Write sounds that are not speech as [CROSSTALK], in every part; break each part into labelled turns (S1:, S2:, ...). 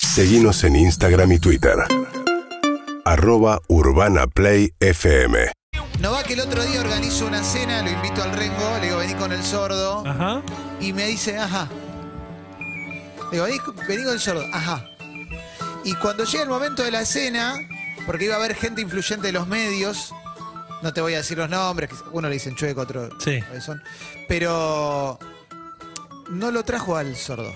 S1: Seguimos en Instagram y Twitter. Arroba Urbana Play FM.
S2: No va que el otro día organizo una cena, lo invito al Rengo, le digo, vení con el sordo.
S3: Ajá.
S2: Y me dice, ajá. Le digo, vení, vení con el sordo, ajá. Y cuando llega el momento de la cena, porque iba a haber gente influyente de los medios, no te voy a decir los nombres, que uno le dicen chueco, otro
S3: Sí.
S2: cabezón, pero no lo trajo al sordo.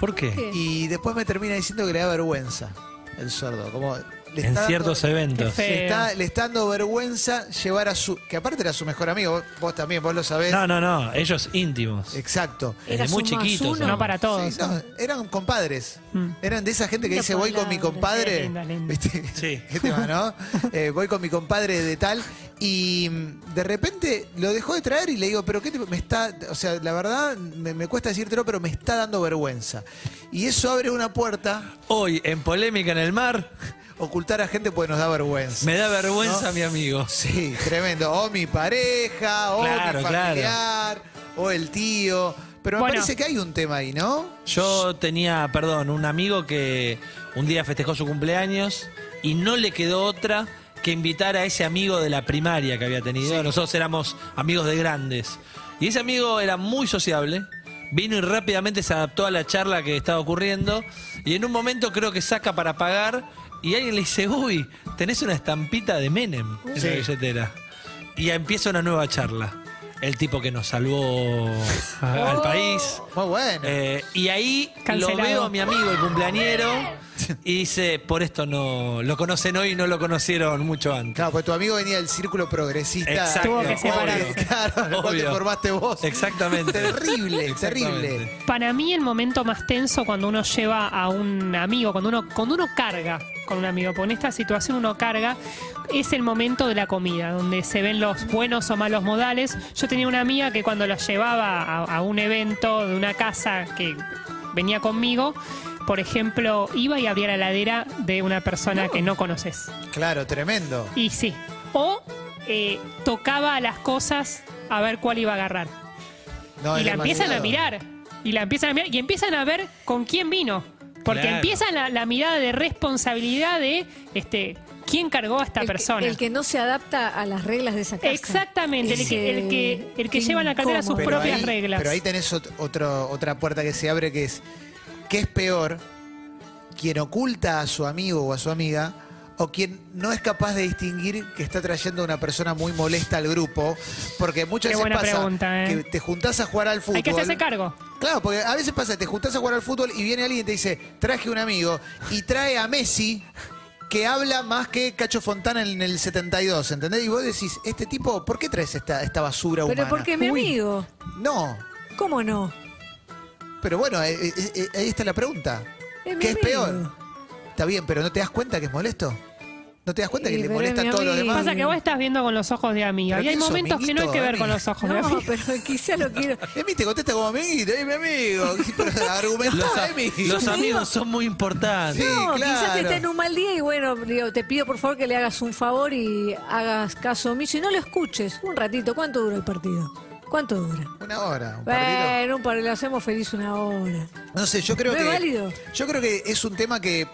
S3: ¿Por qué?
S4: ¿Qué?
S2: Y después me termina diciendo que le da vergüenza el sordo. Como le
S3: En
S2: está dando-
S3: ciertos eventos.
S4: Qué
S2: le
S4: feo.
S2: está, le está dando vergüenza llevar a su. que aparte era su mejor amigo, vos, vos también, vos lo sabés.
S3: No, no, no. Ellos íntimos.
S2: Exacto.
S4: Era
S3: Desde muy
S4: su más
S3: chiquitos.
S4: uno,
S3: ¿no?
S4: no para todos.
S2: Sí, no, eran compadres.
S4: Mm.
S2: Eran de esa gente que
S4: Linda
S2: dice voy con mi
S4: palabra,
S2: compadre.
S4: linda, linda.
S2: ¿Viste? [LAUGHS]
S3: Sí.
S2: ¿Qué tema, no? Eh, voy con mi compadre de tal. Y mm, de repente lo dejó de traer y le digo, pero qué te- me está. O sea, la verdad, me, me cuesta decírtelo, pero me está dando vergüenza. Y eso abre una puerta.
S3: Hoy, en Polémica en el Mar,
S2: Ocultar a gente pues nos da vergüenza.
S3: me da vergüenza
S2: No.
S3: mi amigo.
S2: Sí, tremendo. O mi pareja, o
S3: Claro,
S2: mi
S3: claro.
S2: familiar, o el tío. Pero me
S4: Bueno.
S2: parece que hay un tema ahí, ¿no?
S3: Yo tenía, perdón, un amigo que un día festejó su cumpleaños y no le quedó otra que invitar a ese amigo de la primaria que había tenido. Nosotros éramos amigos de grandes. Y ese amigo era muy sociable, vino y rápidamente se adaptó a la charla que estaba ocurriendo. Y en un momento creo que saca para pagar y alguien le dice, uy, tenés una estampita de Menem en
S2: Sí.
S3: la billetera. Y empieza una nueva charla. El tipo que nos salvó a- al país.
S2: Muy bueno.
S3: Eh, y ahí lo
S4: Cancelado.
S3: veo a mi amigo, el cumpleañero, y dice, por esto no, lo conocen hoy y no lo conocieron mucho antes.
S2: Claro, pues tu amigo venía del círculo progresista.
S3: Exacto.
S4: Tuvo que separarse.
S2: [LAUGHS] Claro, no te
S3: Obvio.
S2: formaste vos. [LAUGHS]
S3: Exactamente.
S2: Terrible,
S3: Exactamente.
S2: terrible.
S4: Para mí el momento más tenso cuando uno lleva a un amigo, cuando uno, cuando uno carga con un amigo, porque en esta situación uno carga, es el momento de la comida, donde se ven los buenos o malos modales. Yo tenía una amiga que cuando la llevaba a, a un evento de una casa que venía conmigo, por ejemplo, iba y abría la heladera de una persona que no conoces.
S2: Claro, tremendo.
S4: Y sí. O eh, tocaba las cosas a ver cuál iba a agarrar.
S2: No,
S4: y
S2: era
S4: la empiezan a
S2: demasiado.
S4: mirar. Y la empiezan a mirar. Y empiezan a ver con quién vino. Porque
S3: Claro.
S4: empieza la, la mirada de responsabilidad de este quién cargó a esta
S5: el que-
S4: persona.
S5: el que no se adapta a las reglas de esa casa.
S4: Exactamente, el que, el que, el que
S5: Qué
S4: lleva en la cartera sus
S5: incómodo.
S2: Pero
S4: propias
S2: ahí-
S4: reglas.
S2: Pero ahí tenés ot- otro, otra puerta que se abre que es, ¿qué es peor? ¿Quien oculta a su amigo o a su amiga o quien no es capaz de distinguir que está trayendo a una persona muy molesta al grupo? Porque muchas
S4: Qué
S2: veces
S4: buena
S2: pasa
S4: pregunta, ¿eh?
S2: que te juntás a jugar al fútbol.
S4: Hay que hacerse cargo.
S2: Claro, porque a veces pasa, te juntás a jugar al fútbol y viene alguien y te dice, traje un amigo y trae a Messi que habla más que Cacho Fontana en el 72, ¿entendés? Y vos decís, este tipo, ¿por qué traes esta, esta basura humana?
S5: Pero porque mi
S4: Uy.
S5: amigo,
S2: No,
S5: ¿cómo no?
S2: pero bueno, eh, eh, eh, ahí está la pregunta.
S5: Es mi
S2: ¿Qué es
S5: amigo.
S2: peor? Está bien, pero ¿no te das cuenta que es molesto? ¿No te das cuenta
S5: Y
S2: que le
S5: pero
S2: molesta
S5: es mi
S2: a todos los
S5: amigo.
S2: demás?
S4: Pasa que vos estás viendo con los ojos de amiga.
S2: Pero
S4: Y hay
S2: ¿quién sos,
S4: momentos que no hay
S2: amiguito,
S4: que ver con
S2: Dani?
S4: los ojos de
S5: No,
S4: amiga.
S5: pero quizá lo quiero.
S2: Emi te contesta como amiguito, eh, mi
S5: [LAUGHS]
S2: amigo. Pero
S3: Los,
S2: Argumentá,
S3: a-
S2: Ah, Emi.
S3: los amigos son muy
S2: [LAUGHS]
S3: importantes.
S2: Sí,
S5: No, quizás
S2: claro.
S5: está en un mal día y bueno, digo, te pido por favor que le hagas un favor y hagas caso omiso y no lo escuches. Un ratito, ¿cuánto dura el partido? ¿Cuánto dura?
S2: Una hora, un partido.
S5: Bueno, un par, le hacemos feliz una hora.
S2: No sé, yo creo
S5: ¿No
S2: que.
S5: es válido?
S2: Yo creo que es un tema que.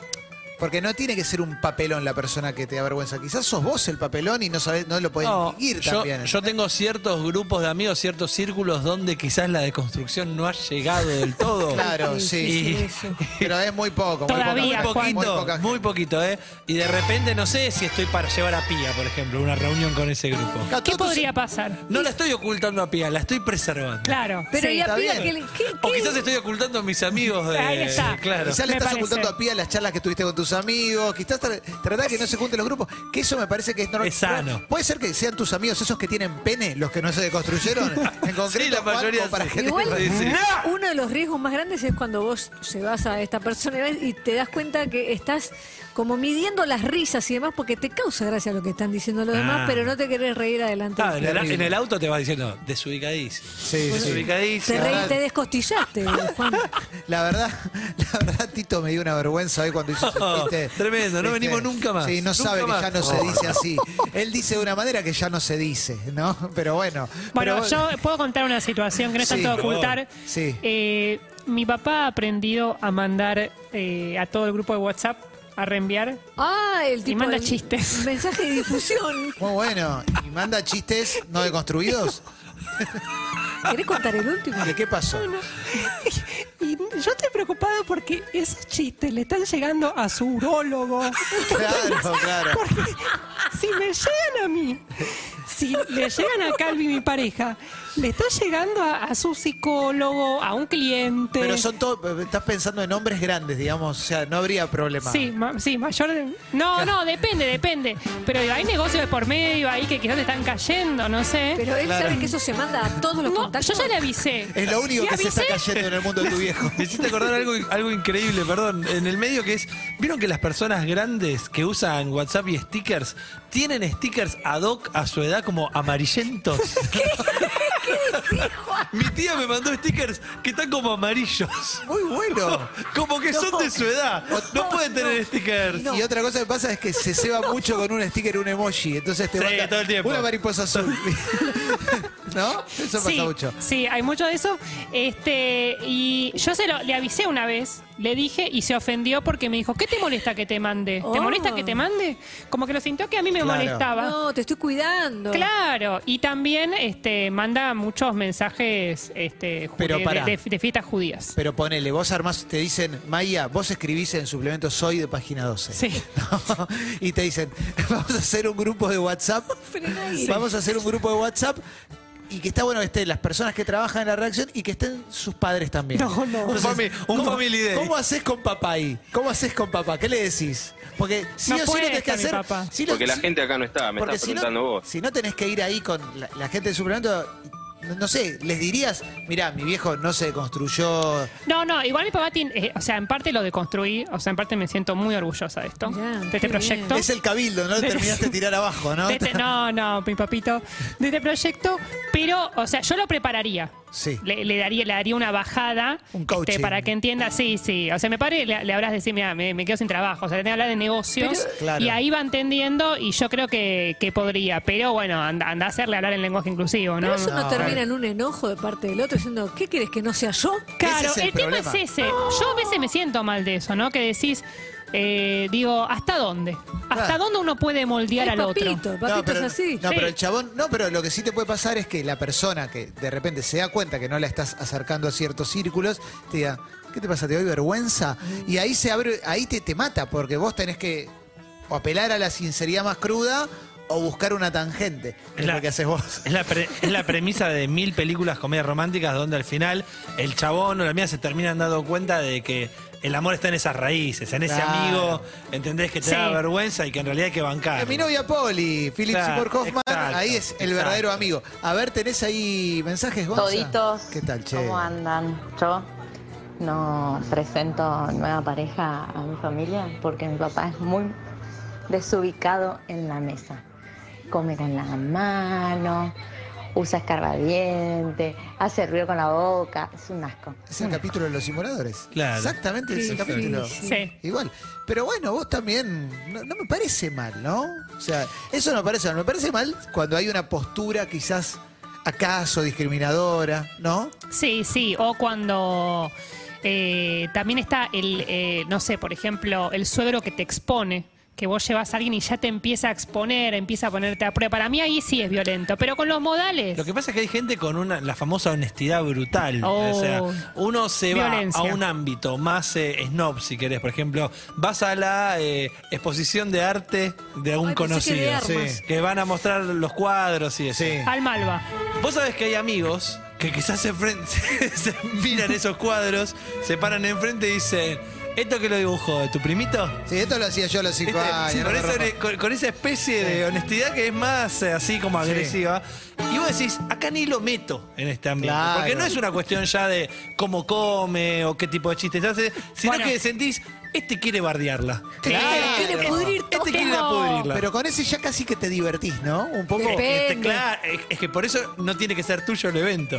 S2: Porque no tiene que ser un papelón la persona que te da vergüenza. Quizás sos vos el papelón y no sabés, no lo podés
S3: No,
S2: distinguir
S3: yo,
S2: también.
S3: yo tengo ciertos grupos de amigos, ciertos círculos donde quizás la deconstrucción no ha llegado del
S2: [LAUGHS]
S3: todo.
S2: Claro,
S5: Qué
S2: sí.
S5: difícil
S3: Y-
S5: eso.
S2: Pero es muy poco.
S4: Todavía,
S2: muy poca,
S3: Muy
S4: Juan.
S2: gente, muy
S3: poquito,
S2: poca
S3: muy
S2: gente.
S3: poquito, ¿eh? Y de repente no sé si estoy para llevar a Pía, por ejemplo, a una reunión con ese grupo.
S2: Claro,
S4: ¿Qué
S2: todos tus-
S4: podría pasar?
S3: No la estoy ocultando a Pía, la estoy preservando.
S4: Claro.
S5: Pero
S4: sí.
S5: y a
S2: Ah, está
S5: Pía
S2: bien.
S5: que le- ¿qué-
S3: O
S5: qué?
S3: quizás estoy ocultando a mis amigos de.
S4: Ahí está.
S3: Claro.
S2: Quizás le
S4: Me
S2: estás
S4: parece.
S2: ocultando a Pía las charlas que tuviste con tus amigos. Quizás tra- tratá que no se junten los grupos. Que eso me parece que es normal.
S3: Es sano.
S2: Puede ser que sean tus amigos esos que tienen pene, los que no se
S3: [LAUGHS]
S2: deconstruyeron. En concreto,
S3: la
S2: Juan,
S3: mayoría
S2: como para
S3: sí.
S2: gente
S5: Igual,
S3: [LAUGHS] Sí, sí.
S5: uno de los riesgos más grandes es cuando vos llevas a esta persona y te das cuenta que estás como midiendo las risas y demás porque te causa gracia lo que están diciendo los demás,
S3: Ah.
S5: pero no te querés reír adelante.
S3: Ah, en, el, en el auto te vas diciendo, desubicadísimo.
S2: Sí, sí.
S5: te,
S3: Desubicadísimo.
S5: reí, te descostillaste, Juan.
S2: La verdad, [LAUGHS] la verdad, Tito me dio una vergüenza hoy cuando hizo
S3: Oh,
S2: su
S3: [LAUGHS]
S2: chiste.
S3: tremendo, no venimos nunca más,
S2: Sí, no
S3: nunca
S2: sabe
S3: más. Oh.
S2: que ya no se dice así. Él dice de una manera que ya no se dice, ¿no? Pero bueno.
S4: Bueno,
S2: pero-
S4: yo puedo contar una situación que no es
S2: Sí,
S4: tanto de
S2: por
S3: favor.
S4: ocultar.
S2: Sí.
S4: Eh, mi papá ha aprendido a mandar eh, a todo el grupo de WhatsApp a reenviar.
S5: Ah, el tipo.
S4: manda
S5: del
S4: chistes.
S5: Mensaje de difusión.
S2: Muy bueno. ¿Y manda chistes no deconstruidos?
S5: ¿Querés contar el último?
S2: ¿De qué
S4: [LAUGHS]
S2: pasó?
S6: Y yo estoy preocupada porque esos chistes le están llegando a su urólogo.
S2: Claro, claro.
S6: Porque si me llegan a mí, si le llegan a Calvi, mi pareja, le está llegando a, a su psicólogo, a un cliente.
S2: Pero son todo, estás pensando en hombres grandes, digamos, o sea, no habría problema.
S4: Sí, ma- sí, mayor de- No, no, depende, depende. Pero hay negocios de por medio ahí que quizás te están cayendo, no sé.
S5: Pero él
S2: Claro.
S5: sabe que eso se manda a todos los
S4: No, yo
S5: contactos.
S4: ya le avisé.
S2: Es lo único
S4: Le
S2: que se está
S4: avisé.
S2: cayendo en el mundo de tu
S4: [LAUGHS]
S2: viejo.
S3: Me hiciste acordar algo, algo increíble, perdón, en el medio que es, vieron que las personas grandes que usan WhatsApp y stickers tienen stickers ad hoc a su edad como amarillentos. Mi tía me mandó stickers que están como amarillos.
S2: Muy bueno.
S3: Como que son de su edad. No
S5: No,
S3: pueden tener stickers.
S5: No.
S2: Y otra cosa que pasa es que se ceba mucho con un sticker, un emoji. Entonces te
S3: Sí,
S2: manda
S3: todo el tiempo.
S2: una mariposa
S4: [LAUGHS]
S2: azul. ¿No? Eso pasa
S4: sí,
S2: mucho.
S4: Sí, hay mucho de eso. Este, y yo se lo, le avisé una vez, le dije y se ofendió porque me dijo, ¿qué te molesta que te mande? ¿Te
S5: Oh.
S4: molesta que te mande? Como que lo sintió que a mí me
S2: Claro.
S4: molestaba.
S5: No, te estoy cuidando.
S4: Claro, y también este, manda muchos mensajes este, ju-
S2: Pero
S4: de,
S2: pará.
S4: de- de fiestas judías.
S2: Pero ponele, vos armás, te dicen, Maya, vos escribís en suplemento Soy de página 12.
S4: Sí.
S2: [LAUGHS] ¿no? Y te dicen, [LAUGHS] vamos a hacer un grupo de WhatsApp. Vamos a hacer un grupo de WhatsApp. Y que está bueno que estén las personas que trabajan en la redacción y que estén sus padres también.
S6: No, no.
S2: Entonces,
S3: Un fami- un
S2: ¿cómo-
S3: family day.
S2: ¿Cómo haces con papá ahí? ¿Cómo haces con papá? ¿Qué le decís? Porque si
S4: No
S2: o sí
S4: puede
S2: lo tenés que
S4: estar mi
S2: hacer.
S4: papá.
S2: sí lo-
S7: Porque la
S2: sí-
S7: gente acá no está, me
S2: porque
S7: estás
S2: si no-
S7: preguntando vos.
S2: Si no tenés que ir ahí con la, la gente del suplemento, no, no sé, les dirías, mirá, mi viejo no se construyó.
S4: No, no, igual mi papá tiene, eh, o sea, en parte lo deconstruí, o sea, en parte me siento muy orgullosa de esto,
S5: Mirá,
S4: de
S5: qué
S4: este
S5: bien.
S4: proyecto.
S2: Es el cabildo, no lo
S4: De-
S2: terminaste de tirar abajo, ¿no?
S4: De este- no, no, mi papito, de este proyecto, pero, o sea, yo lo prepararía.
S2: Sí.
S4: Le, le daría, le daría una bajada este,
S2: Un coaching.
S4: para que entienda, sí, sí. O sea, me parece, le, le habrás de decir, mira, me, me quedo sin trabajo. O sea, le tengo que hablar de negocios
S2: Pero- Claro.
S4: y ahí va entendiendo y yo creo que, que podría. Pero bueno, anda, anda a hacerle hablar en lenguaje inclusivo, ¿no?
S5: Pero eso no,
S2: no,
S5: termina
S2: claro.
S5: en un enojo de parte del otro diciendo, ¿qué querés que no sea yo?
S4: Claro,
S2: Ese es el
S4: el, tema
S2: problema.
S4: es ese. Yo a veces me siento mal de eso, ¿no? Que decís, eh, digo, ¿hasta dónde? ¿Hasta
S2: Claro.
S4: dónde uno puede moldear
S5: Ay,
S4: al
S5: papito,
S4: otro?
S5: el papito es así.
S2: no,
S4: Sí.
S2: pero el chabón, no, pero lo que sí te puede pasar es que la persona que de repente se da cuenta que no la estás acercando a ciertos círculos, te diga, ¿qué te pasa? ¿Te doy vergüenza? Y ahí se abre, ahí te, te mata, porque vos tenés que o apelar a la sinceridad más cruda o buscar una tangente, que es
S3: La-
S2: lo que haces vos.
S3: Es la, pre- es la premisa de mil películas comedias románticas donde al final el chabón o la mía se terminan dando cuenta de que el amor está en esas raíces, en ese
S2: Claro.
S3: amigo, entendés que te
S4: Sí.
S3: da vergüenza y que en realidad hay que bancar.
S2: Eh, Mi novia Poli, Philip
S3: Claro,
S2: Seymour Hoffman,
S3: exacto,
S2: ahí es el
S3: exacto.
S2: verdadero amigo. A ver, ¿tenés ahí mensajes, Gonza?
S8: Toditos.
S2: ¿Qué tal, che?
S8: ¿Cómo andan? Yo no presento nueva pareja a mi familia porque mi papá es muy desubicado en la mesa. Come con la mano, usa escarbadiente, hace ruido con la boca. Es un asco.
S2: Es el capítulo de los simuladores.
S3: Claro.
S2: Exactamente ese
S5: Sí,
S2: capítulo.
S5: sí,
S4: Sí.
S2: Igual. Pero bueno, vos también. No, no me parece mal, ¿no? O sea, eso no me parece mal. Me parece mal cuando hay una postura quizás acaso discriminadora, ¿no?
S4: Sí, sí, o cuando eh, también está el, eh, no sé, por ejemplo, el suegro que te expone, que vos llevas a alguien y ya te empieza a exponer, empieza a ponerte a prueba. Para mí ahí sí es violento, pero con los modales.
S3: Lo que pasa es que hay gente con una, la famosa honestidad brutal.
S4: Oh.
S3: o sea, uno se
S4: Violencia.
S3: va a un ámbito más eh, snob, si querés. Por ejemplo, vas a la eh, exposición de arte de un
S5: Ay, pensé
S3: conocido.
S5: que de armas.
S2: Sí.
S3: Que van a mostrar los cuadros y eso.
S4: Al malva.
S3: Vos sabés que hay amigos que quizás se, enfren- se- [LAUGHS] se miran esos cuadros, se paran enfrente y dicen, ¿esto que lo dibujó tu primito?
S2: Sí, esto lo hacía yo a los cinco
S3: Este,
S2: años.
S3: sí,
S2: no
S3: con,
S2: me
S3: esa,
S2: rompa.
S3: con- con esa especie de honestidad que es más eh, así como
S2: Sí.
S3: agresiva. Y vos decís, acá ni lo meto en este ambiente.
S2: Claro.
S3: Porque no es una cuestión ya de cómo come o qué tipo de chistes hace, sino
S4: Bueno.
S3: que sentís, este quiere bardearla.
S2: Claro.
S3: Este quiere pudrir todo. Este quiere
S4: Tengo-
S3: pudrirla.
S2: Pero con ese ya casi que te divertís, ¿no? Un poco.
S5: Depende.
S3: Este, claro, es, es que por eso no tiene que ser tuyo el
S5: [LAUGHS]
S3: evento.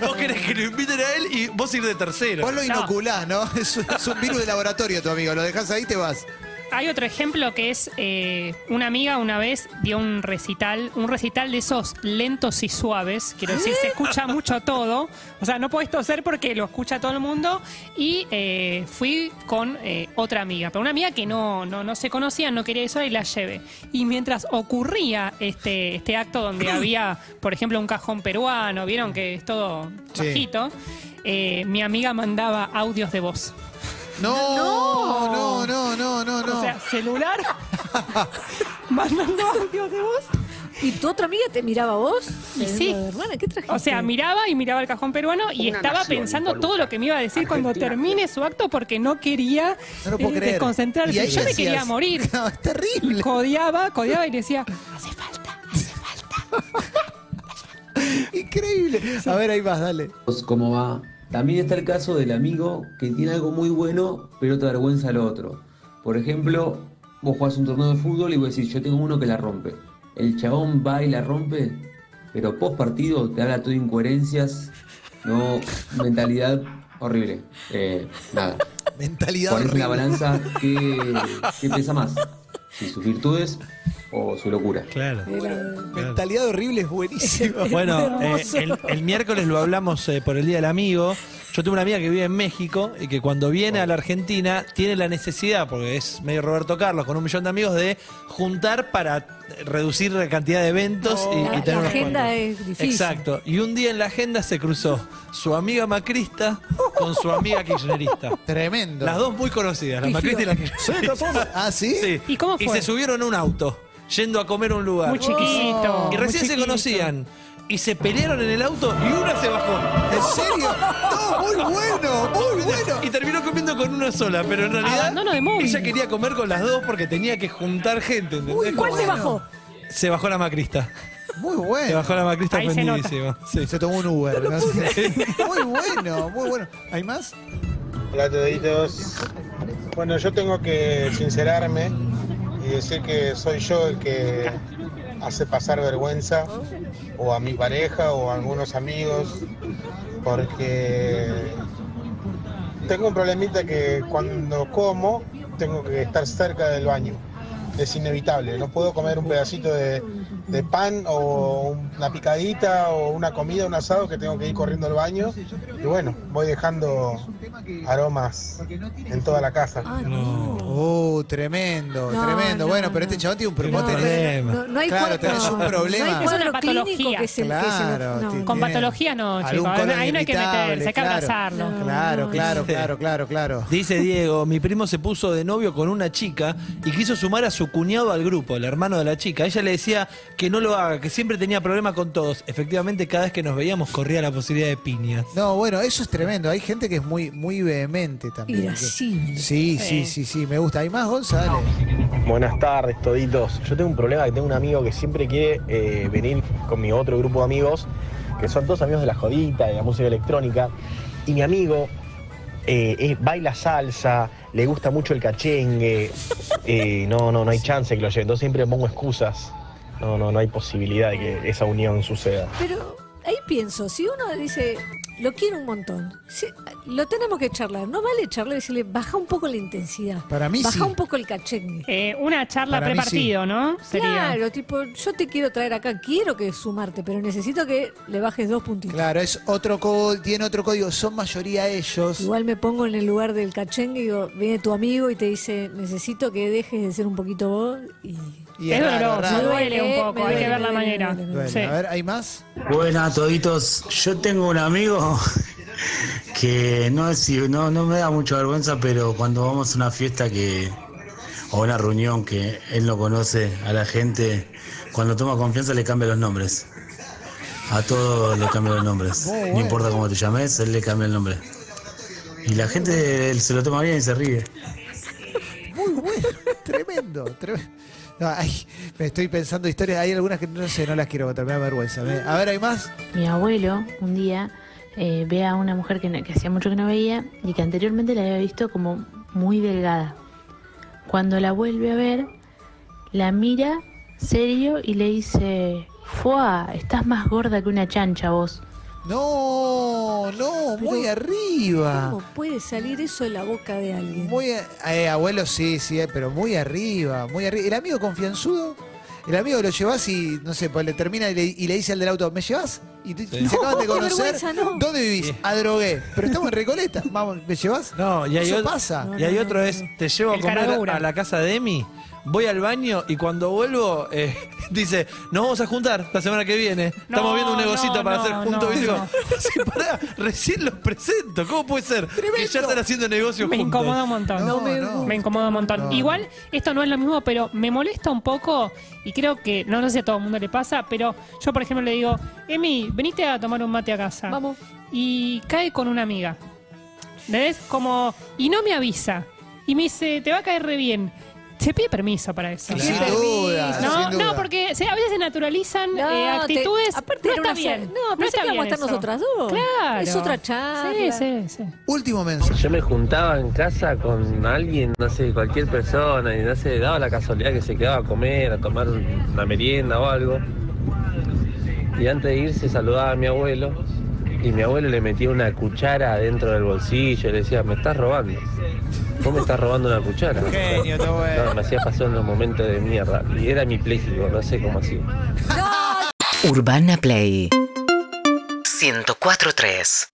S3: Vos querés que lo inviten a él y vos ir de
S2: [LAUGHS]
S3: tercero.
S2: Vos lo inoculás, ¿no? Es, un- es un virus de laboratorio, tu amigo. Lo dejás ahí y te vas.
S4: hay otro ejemplo que es eh, una amiga una vez dio un recital, un recital de esos lentos y suaves, quiero decir, se escucha mucho todo, o sea, no podés toser porque lo escucha todo el mundo, y eh, fui con eh, otra amiga, pero una amiga que no, no, no se conocía, no quería ir sola y la llevé. Y mientras ocurría este, este acto donde había, por ejemplo, un cajón peruano, vieron que es todo
S2: Sí.
S4: bajito, eh, mi amiga mandaba audios de voz.
S2: No, no, no, no, no, no.
S6: O sea,
S5: [LAUGHS]
S6: celular, mandando audios de voz.
S5: ¿Y tu otra amiga te miraba a vos? Eh,
S4: Y sí.
S5: Hermana, ¿qué trajiste?
S4: O sea, miraba y miraba el cajón peruano y estaba pensando todo lo que me iba a decir cuando termine su acto porque no quería
S2: no lo puedo
S6: eh,
S2: creer.
S6: desconcentrarse.
S2: Y ahí
S4: Yo me
S2: decías, [LAUGHS]
S4: quería morir.
S2: No, es terrible. [LAUGHS]
S6: Codeaba, codeaba y decía,
S4: Hace falta.
S2: Increíble. A ver, ahí vas, dale.
S7: Pues, cómo va. También está el caso del amigo que tiene algo muy bueno, pero te avergüenza al otro. Por ejemplo, vos jugás un torneo de fútbol y vos decís, yo tengo uno que la rompe. El chabón va y la rompe, pero post partido te habla todo de incoherencias, no mentalidad horrible. Eh, nada.
S2: Mentalidad
S7: ¿Cuál es la
S2: horrible.
S7: balanza? ¿Qué, qué pesa más? ¿Si sus virtudes o su locura?
S3: Claro.
S2: Mentalidad horrible es buenísima.
S3: [LAUGHS] Bueno, eh, el, el miércoles lo hablamos eh, por el Día del Amigo. Yo tengo una amiga que vive en México y que cuando viene a la Argentina tiene la necesidad, porque es medio Roberto Carlos, con un millón de amigos, de juntar para eh, reducir la cantidad de eventos y- y,
S5: La-
S3: tener
S5: la
S3: unos
S5: agenda
S3: cuantos.
S5: es difícil.
S3: Exacto. Y un día en la agenda se cruzó su amiga macrista con su amiga kirchnerista.
S2: Tremendo.
S3: Las dos muy conocidas, la macrista y la kirchnerista.
S2: ¿Ah, sí?
S3: Sí.
S4: ¿Y cómo
S3: Y
S4: fue?
S3: se subieron a un auto, yendo a comer a un lugar.
S4: Muy chiquito.
S2: Oh.
S3: Y
S4: muy
S3: recién se
S4: chiquito.
S3: conocían. Y se pelearon en el auto y una se bajó.
S2: ¿En serio? No, muy bueno, muy bueno.
S3: [LAUGHS] Y terminó comiendo con una sola, pero en realidad
S4: Abandono de móvil.
S3: ella quería comer con las dos porque tenía que juntar gente. ¿entendés?
S5: Uy, ¿cuál se bajó?
S3: Se bajó la macrista.
S2: Muy
S3: Se
S2: bueno.
S3: bajó la macrista
S4: Ahí se nota.
S3: ofendidísima. Sí.
S2: Se tomó un Uber. ¿no? Muy bueno, muy bueno. [LAUGHS] ¿Hay más?
S9: Hola toditos. Bueno, yo tengo que sincerarme y decir que soy yo el que hace pasar vergüenza o a mi pareja o a algunos amigos porque tengo un problemita que cuando como tengo que estar cerca del baño. Es inevitable, no puedo comer un pedacito de, de pan o una picadita o una comida, un asado que tengo que ir corriendo al baño. Y bueno, voy dejando aromas en toda la casa.
S5: Ah,
S3: No.
S2: Oh, tremendo,
S5: No,
S2: tremendo.
S5: no,
S2: bueno, pero
S5: no.
S2: este chabón tiene un problema.
S3: No, problema.
S5: No, eh, no hay
S2: Claro,
S5: cuadro-
S2: tenés un
S5: no,
S2: problema.
S5: No hay
S4: Es
S5: cuadro
S4: una
S5: clínico
S4: patología.
S5: que es el
S2: Claro,
S5: que se
S2: tiene-
S5: no.
S4: Con patología no,
S2: algún
S4: chicos.
S2: colon
S4: Ahí no hay que
S2: irritable,
S4: meterse, hay que
S2: claro.
S4: abrazarlo.
S2: Claro, claro, claro, claro, claro.
S3: Dice Diego, mi primo se puso de novio con una chica y quiso sumar a su cuñado al grupo, el hermano de la chica. Ella le decía que no lo haga, que siempre tenía problemas con todos. Efectivamente, cada vez que nos veíamos corría la posibilidad de piñas.
S2: No, bueno, eso es tremendo. Hay gente que es muy, muy vehemente también.
S5: Irascible.
S2: Sí, sí, sí, sí, me gusta. ¿Hay más, Gonzalo?
S9: Buenas tardes, toditos. Yo tengo un problema que tengo un amigo que siempre quiere eh, venir con mi otro grupo de amigos, que son todos amigos de la jodita, de la música electrónica. Y mi amigo eh, eh, baila salsa, le gusta mucho el cachengue. Eh, no, no, no hay chance que lo lleve. Entonces siempre pongo excusas. No, no, no hay posibilidad de que esa unión suceda.
S5: Pero ahí pienso, si uno dice, lo quiero un montón, si- lo tenemos que charlar, no vale charlar y decirle, baja un poco la intensidad.
S2: Para mí
S5: baja
S2: sí.
S5: un poco el cachengue.
S4: Eh, una charla
S2: Para mí
S4: prepartido, ¿no? Sería.
S5: Claro, tipo, yo te quiero traer acá, quiero que sumarte, pero necesito que le bajes dos puntitos.
S2: Claro, es otro código, tiene otro código, son mayoría ellos.
S5: Igual me pongo en el lugar del cachengue y digo, viene tu amigo y te dice, necesito que dejes de ser un poquito vos y...
S2: Y
S4: es
S2: raro,
S4: doloroso,
S2: raro.
S4: duele un
S5: Me
S4: poco, hay
S5: duele,
S4: que ver la
S5: me duele,
S4: manera.
S5: me duele,
S2: Bueno,
S4: Sí.
S2: a ver, ¿hay más?
S10: Buenas toditos, yo tengo un amigo que no, es, no, no me da mucha vergüenza, pero cuando vamos a una fiesta que o una reunión que él no conoce a la gente, cuando toma confianza le cambia los nombres. A todos le cambia los nombres. No importa cómo te llames, él le cambia el nombre. Y la gente él se lo toma bien y se ríe.
S2: Muy bueno, tremendo, tremendo. No, ay, me estoy pensando historias, hay algunas que no sé, no las quiero contar, me da vergüenza. Me- A ver, ¿hay más?
S11: Mi abuelo un día eh, ve a una mujer que, no- que hacía mucho que no veía y que anteriormente la había visto como muy delgada. Cuando la vuelve a ver, la mira serio y le dice, Fua, estás más gorda que una chancha vos.
S2: No, no, muy
S5: Pero-
S2: arriba.
S5: ¿Cómo puede salir eso de la boca de alguien?
S2: Ah. Muy, a- eh, abuelo, sí, sí, eh, pero muy arriba, muy arriba. El amigo confianzudo, el amigo lo llevas y, no sé, pues le termina y le, y le dice al del auto, ¿me llevas? Y te-
S3: Sí.
S2: se acaban de
S5: No, qué
S2: conocer.
S5: vergüenza, no.
S2: ¿Dónde vivís?
S3: Sí.
S2: A drogué. Pero estamos en Recoleta. Vamos, ¿me llevas?
S3: No, y hay,
S2: Eso
S3: ot-
S2: pasa.
S3: y hay otro es, te llevo a
S4: El
S3: comer
S4: caradura.
S3: a la casa de Emi, voy al baño y cuando vuelvo eh, [LAUGHS] dice, nos vamos a juntar la semana que viene. Estamos
S4: No,
S3: viendo un negocito
S4: no,
S3: para
S4: no,
S3: hacer
S4: no,
S3: juntos. y digo,
S4: no.
S3: [LAUGHS] "Sí, pará, recién los presento, ¿cómo puede ser? Que ya están haciendo negocios
S4: Me
S3: juntos.
S4: incomoda un montón.
S2: No, no.
S4: Me incomoda un montón.
S2: No.
S4: Igual, esto no es lo mismo, pero me molesta un poco y creo que, no, no sé si a todo el mundo le pasa, pero yo, por ejemplo, le digo, Emi, venite a tomar un mate a casa.
S5: Vamos.
S4: Y cae con una amiga. ¿Ves? Como, y no me avisa. Y me dice, te va a caer re bien. Se pide permiso para eso.
S5: Claro.
S2: Sin
S5: Sin
S2: duda,
S5: permiso.
S4: No,
S2: sin duda.
S4: no, porque se- a veces se naturalizan
S5: No,
S4: eh,
S5: te-
S4: actitudes.
S5: aparte
S4: no
S5: era
S4: está
S5: una-
S4: bien.
S5: no, pensé
S4: está
S5: que íbamos
S4: bien
S5: a estar
S4: eso.
S5: nosotras Ah, dos.
S4: Claro.
S5: Es otra charla.
S4: Sí, sí, sí.
S2: Último mensaje.
S9: Yo me juntaba en casa con alguien, no sé, cualquier persona, y no sé, daba la casualidad que se quedaba a comer, a tomar una merienda o algo. Y antes de irse saludaba a mi abuelo, y mi abuelo le metía una cuchara dentro del bolsillo, y le decía, me estás robando. Vos me estás robando una cuchara.
S2: Genio, tu abuelo.
S9: No, me hacía pasar unos momentos de mierda. Y era mi pléjico, no sé cómo así.
S5: No,
S12: Urbana Play 104.3